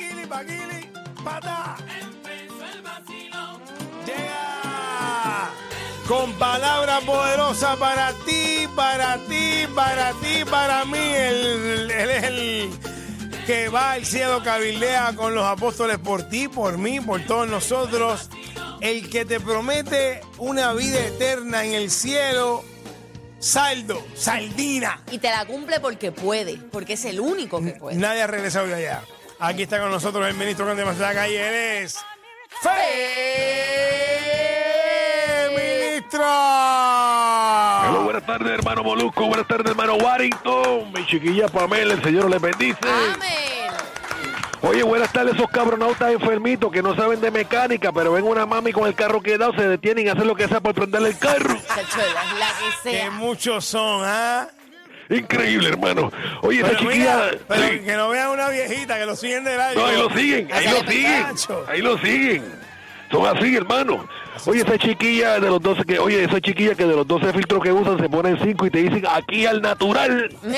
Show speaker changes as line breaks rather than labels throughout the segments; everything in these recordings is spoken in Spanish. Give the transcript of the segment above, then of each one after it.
Guili, pata.
Empezó el vacilón.
Llega con palabras poderosas para ti, para ti, para ti, para mí. Él él es el que va al cielo, cabildea con los apóstoles por ti, por mí, por todos nosotros. El que te promete una vida eterna en el cielo. Saldo, saldina.
Y te la cumple porque puede, porque es el único que puede.
Nadie ha regresado de allá. Aquí está con nosotros el ministro Grande Mazaca y él es. ¡Fe!
Hola,
¡Ministro!
buenas tardes, hermano Molusco. Buenas tardes, hermano Warrington. Mi chiquilla Pamela, el Señor les bendice.
Amén.
Oye, buenas tardes, esos cabronautas enfermitos que no saben de mecánica, pero ven una mami con el carro quedado, se detienen y hacen lo que sea por prenderle el carro.
Chachuela, es la que
Que
sea.
muchos son, ¿ah?
Increíble, hermano. Oye, esa
Pero, mira,
chiquilla.
pero
sí.
que no vean una viejita que lo siguen de radio.
No, ahí lo siguen, ahí
Hacele
lo siguen,
picacho.
ahí lo siguen. Son así, hermano. Oye, esa chiquilla de los 12 que, oye, esa chiquilla que de los 12 filtros que usan se ponen 5 y te dicen aquí al natural.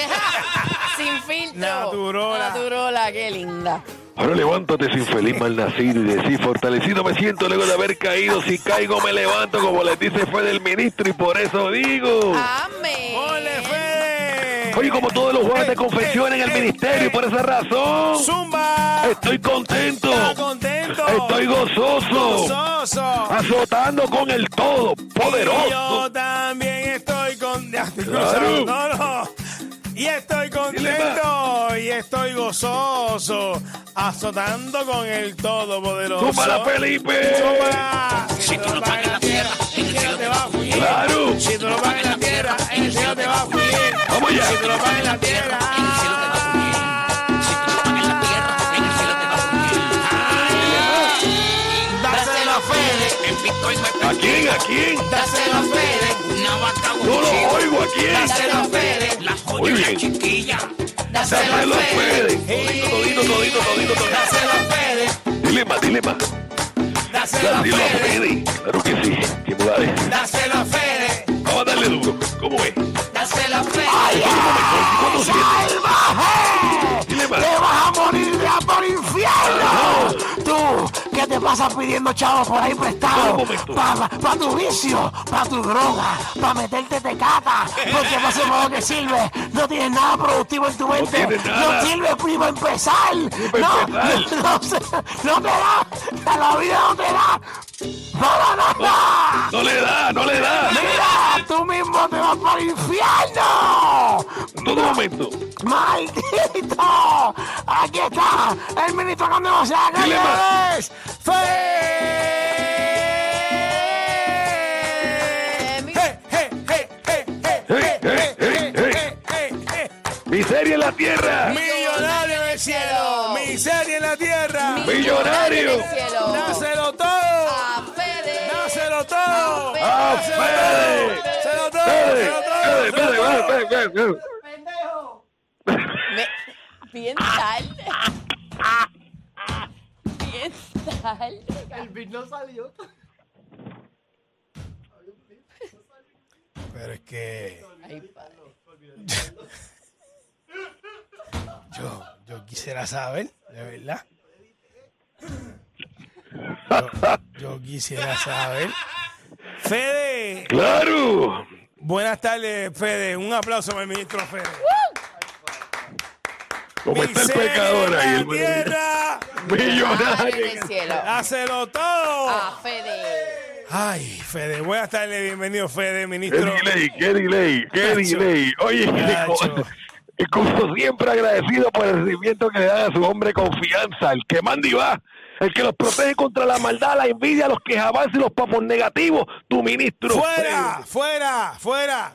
Sin filtro.
Naturola.
Naturola, qué linda.
Ahora levántate sin feliz malnacido y decir, fortalecido me siento luego de haber caído, si caigo me levanto, como les dice fue del ministro y por eso digo.
Amén.
¡Ole, Fede!
Oye, como todos los jueves
Eh,
de confesión en el
eh,
ministerio y por esa razón,
¡Zumba!
estoy contento,
Está contento!
estoy gozoso,
gozoso!
azotando con el todo,
Y
poderoso.
Yo también estoy con. ya estoy
Claro.
cruzado. No, no. Y estoy contento y estoy gozoso, azotando con el Todopoderoso.
¡Súmala, Felipe!
¡Súmala! Si tú no pagas la tierra, en el cielo te va a fugir.
¡Claro!
Si tú no pagas la tierra, en el cielo te va a fugir.
¡Vamos allá!
Si tú no pagas la tierra, en el cielo te va a fugir. Si tú no pagas la tierra, en el cielo te va a fugir. Dáselo a Fede,
En Bitcoin me
¿A quién? ¿A quién?
dáselo a Fede,
una vaca, un
¡No lo
chivo,
oigo! ¿A quién?
dáselo a Fede.
la
Muy
joya, la
bien.
chiquilla.
¡Dáselo a Fede! Todito, todito, todito, todito.
Dáselo a Fede,
Dile más, dile más.
dáselo a
Dáselo a
Fede.
Fede. Claro que sí. ¿Qué me va a decir?
Dáselo a Fede,
Vamos a darle duro. ¿Cómo es?
dáselo a Fede.
¿Cuándo siente? Dile Ah, más.
¡Te vas a morir de por infierno! Tú, que te pasas pidiendo chavos por ahí
Espera un
prestado?
momento.
Para tu vicio, para tu droga, para meterte tecata, porque no sé para lo que sirve. No tienes nada productivo en tu mente.
tienes nada.
sirve primo empezar.
para
no,
empezar.
no, no, se- no te da. La vida no te da. ¡Para nada!
No le da, no le da.
¡Mira! ¡Tú mismo te vas para el infierno!
Todo momento.
¡Maldito! ¡Aquí está! ¡El ministro cuando no se haga!
Dile más.
es
Fe. Hey, hey, hey, hey, hey, hey, hey, hey, hey, hey, hey.
Miseria en la tierra.
Millonario en el cielo, miseria en la tierra.
Millonario.
En el cielo.
Dáselo todo,
A Fede.
dáselo todo.
¡A Fede!
Dáselo todo,
Fede,
dáselo todo,
Fede, Fede,
dáselo todo.
Fede, Fede, Fede.
Me- Bien tarde. Bien tarde.
Pero es que
Ay, padre.
yo, yo quisiera saber, de verdad. Yo, yo quisiera saber. Fede,
Claro.
Buenas tardes, Fede. Un aplauso para el ministro Fede.
Como está el
Miseria
pecador ahí,
en la
hermano.
tierra,
Ay,
Millonario.
en el cielo.
hácelo todo.
A Fede.
Ay, Fede, buenas tardes, bienvenido, Fede,
Qué
ministro.
delay, qué delay, qué
Cacho.
delay. Oye,
Cacho.
y como siempre agradecido por el recibimiento que le dan a su hombre confianza, el que manda y va, el que los protege contra la maldad, la envidia, los que avanzan y los papos negativos, tu ministro.
Fuera, fuera, fuera.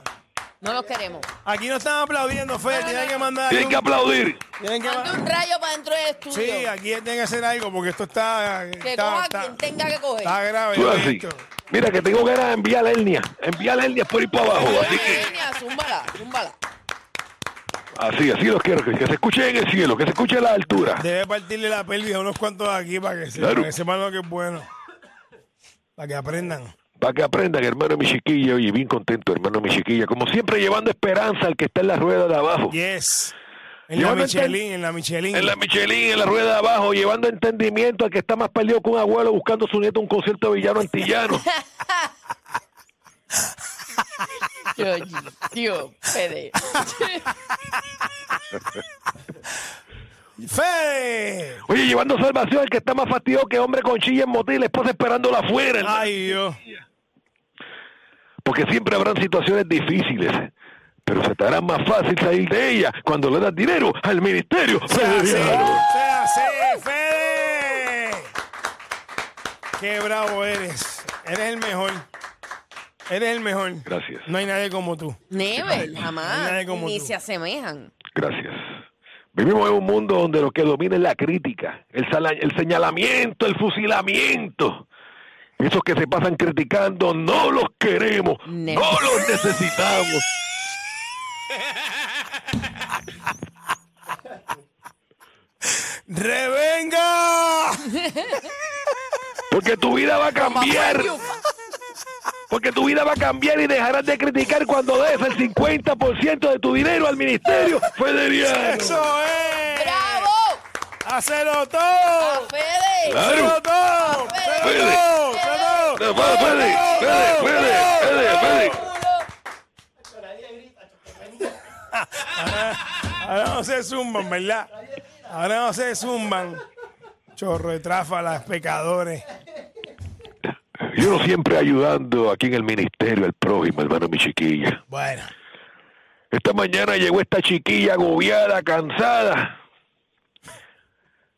No los queremos.
Aquí no están aplaudiendo, Fede. Tienen que mandar.
Tienen que aplaudir.
tienen que
Mande
ma-
un rayo para dentro del estudio.
Sí, aquí tienen que hacer algo porque esto está.
que
está-
coja
está-
quien tenga que coger.
está grave.
Tú así.
esto.
Mira que tengo ganas de enviar hernia, enviar hernia por ir para abajo, así que
Genia, zúmbala, zúmbala.
así, así los quiero, que, que se escuche en el cielo, que se escuche a la altura.
Debe partirle la pelvis a unos cuantos de aquí para que, se-
Claro.
para que sepan lo que es bueno. Para que aprendan.
Para que aprendan, hermano mi chiquilla, oye, bien contento, hermano mi chiquilla, como siempre llevando esperanza al que está en la rueda de abajo.
Yes. En la
Llevando
Michelin, en la Michelin.
En la Michelin, en la rueda de abajo, llevando entendimiento al que está más perdido que un abuelo buscando a su nieto en un concierto de villano antillano.
Yo, tío, Fede.
¡Fede!
Oye, llevando salvación al que está más fastidiado que hombre con chilla en motil, esposa esperándola afuera.
Ay, Dios.
Porque siempre habrán situaciones difíciles. Pero se te hará más fácil salir de ella cuando le das dinero al ministerio.
Se hace,
Federal.
se hace, Fede. Qué bravo eres. Eres el mejor. Eres el mejor.
Gracias.
No hay nadie como tú.
Never, jamás.
nadie como
Ni
tú.
se asemejan.
Gracias. Vivimos en un mundo donde lo que domina es la crítica, el, sala- el señalamiento, el fusilamiento. Esos que se pasan criticando, no los queremos,
Ne-
no los necesitamos.
¡Revenga!
Porque tu vida va a cambiar.
Dios.
Porque tu vida va a cambiar y dejarás de criticar cuando des el 50% de tu dinero al ministerio federal.
¡Eso es!
¡Bravo!
¡Hacelo
¡A
todo!
Fede!
Claro.
¡Hacelo todo!
Fede.
¡Hacelo todo! ¡Hacelo
No, Fede, Fede, Fede, Fede, Fede, Fede.
Ahora no se zumban, ¿verdad? Ahora no se zumban. Chorro de tráfalas, pecadores.
Yo siempre ayudando aquí en el ministerio al prójimo, hermano, mi chiquilla.
Bueno.
Esta mañana llegó esta chiquilla agobiada, cansada.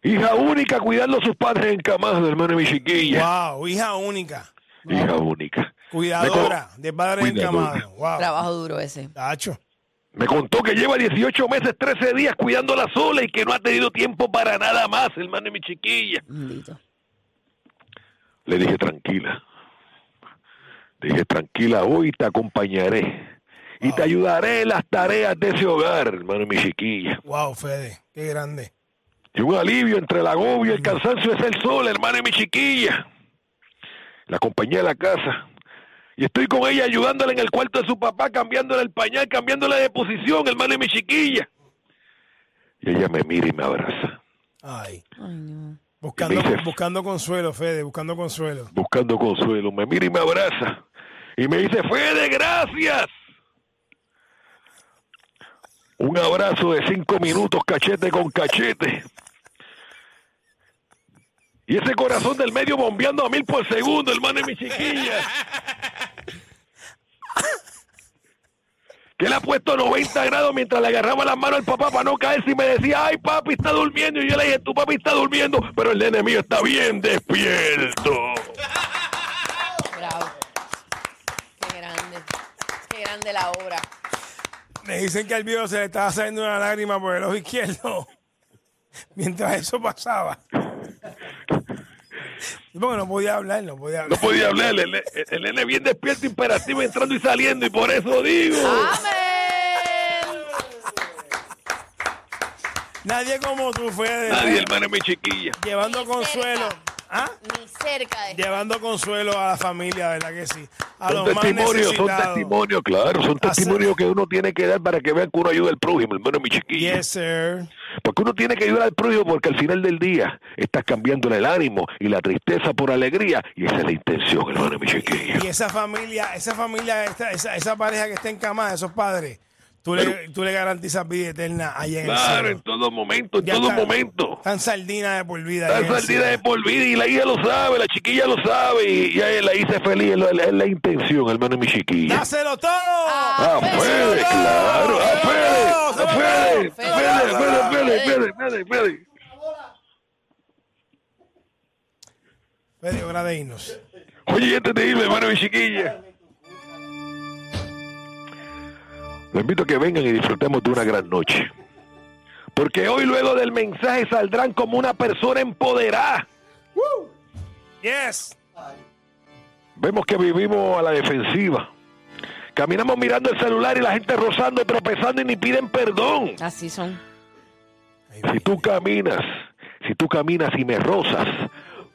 Hija única cuidando a sus padres encamados, hermano, mi chiquilla.
Wow, hija única.
Hija única.
Cuidadora de padres
Cuidadora.
encamados. Wow.
Trabajo duro ese.
Tacho.
Me contó que lleva 18 meses, 13 días cuidándola sola y que no ha tenido tiempo para nada más, hermano y mi chiquilla.
Bendito.
Le dije, tranquila. Le dije, tranquila, hoy te acompañaré y te ayudaré en las tareas de ese hogar, hermano y mi chiquilla.
Wow, Fede. Qué grande.
Y un alivio entre el agobio y el cansancio es el sol, hermano y mi chiquilla. La acompañé a la casa. Y estoy con ella ayudándola en el cuarto de su papá, cambiándole el pañal, cambiándole de posición, hermano y mi chiquilla. Y ella me mira y me abraza,
Ay.
Ay, no.
Buscando,
Dice-
buscando consuelo, Fede. Buscando consuelo.
buscando consuelo. Me mira y me abraza. Y me dice, Fede, gracias. Un abrazo de cinco minutos, cachete con cachete. Y ese corazón del medio bombeando a mil por segundo, hermano de mi chiquilla. Que le ha puesto 90 grados mientras le agarraba la mano al papá para no caerse y me decía, ay papi está durmiendo. Y yo le dije, tu papi está durmiendo, pero el nene mío está bien despierto.
Bravo. Qué grande. Qué grande la obra.
Me dicen que al viejo se le estaba saliendo una lágrima por el ojo izquierdo. Mientras eso pasaba. Sí, Porque no podía hablar, no podía
No
hablar.
podía hablar, el, el- el nene bien despierto, imperativo, entrando y saliendo, y por eso digo.
¡Amén!
Nadie como tú, Fede.
Nadie, hermano, es mi chiquilla.
Llevando
Ni cerca.
consuelo. ¿Ah?
Ni cerca de.
Llevando consuelo a la familia, ¿verdad que sí? A
Son
los más
testimonios, son
necesitados.
testimonios, claro, son testimonios que uno tiene que dar para que vean que uno ayuda al prójimo, hermano, mi chiquilla.
Yes, sir.
Porque uno tiene que ayudar al prójimo porque al final del día estás cambiando el ánimo y la tristeza por alegría, y esa es la intención, hermano, mi chiquilla.
Y esa familia, esa familia, esta- esa, esa pareja que está en cama, esos padres, tú le, tú le garantizas vida eterna allá en
Claro,
el cielo.
en todo momento, en
Ya
todo
están-
momento.
Están sardinas de por vida. allá
La
en el
saldida
cielo.
de por vida y la hija lo sabe, la chiquilla lo sabe y ya la hice feliz, es la, es la intención, hermano, mi chiquilla.
¡Dáselo todo!
Ah, Fede, claro, a Fede, a
Fede,
Fede, Fede, Fede, Fede, Fede,
Fede.
Fede, Fede.
Fede, hora de irnos.
Oye, y antes de irme, hermano, mi chiquilla. Los invito a que vengan y disfrutemos de una gran noche. Porque hoy, luego del mensaje, saldrán como una persona empoderada.
Yes.
Vemos que vivimos a la defensiva. Caminamos mirando el celular y la gente rozando, tropezando y ni piden perdón.
Así son.
Si tú caminas, si tú caminas y me rozas,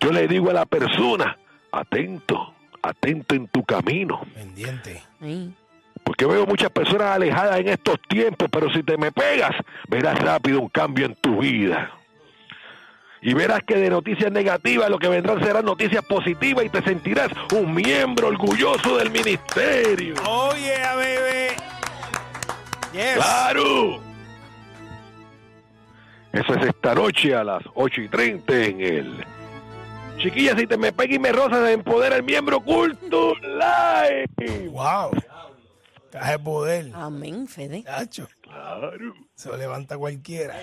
yo le digo a la persona, atento, atento en tu camino.
Pendiente.
Ay.
Pues porque veo muchas personas alejadas en estos tiempos, pero si te me pegas, verás rápido un cambio en tu vida. Y verás que de noticias negativas lo que vendrán serán noticias positivas y te sentirás un miembro orgulloso del ministerio.
Oh yeah, baby. Yes.
¡Claro! Eso es esta noche a las 8 y 30 en el. Chiquilla, si te me pega y me rozas, empodera el miembro culto live.
Wow. Caja de poder.
Amén, Fede.
Tacho.
Claro.
Se lo levanta cualquiera.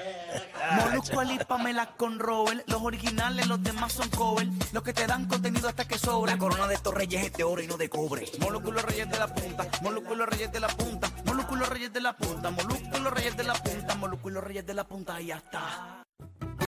Molusco, Ali, Pamela con Robert. Los originales, los demás son cover. Los que te dan contenido hasta que sobra. La corona de estos reyes es de oro y no de cobre. Molusco, los reyes de la punta. Molusco, los reyes de la punta. Molusco, los reyes de la punta. Molusco, los reyes de la punta. Molusco, los reyes de la punta. Y ya está.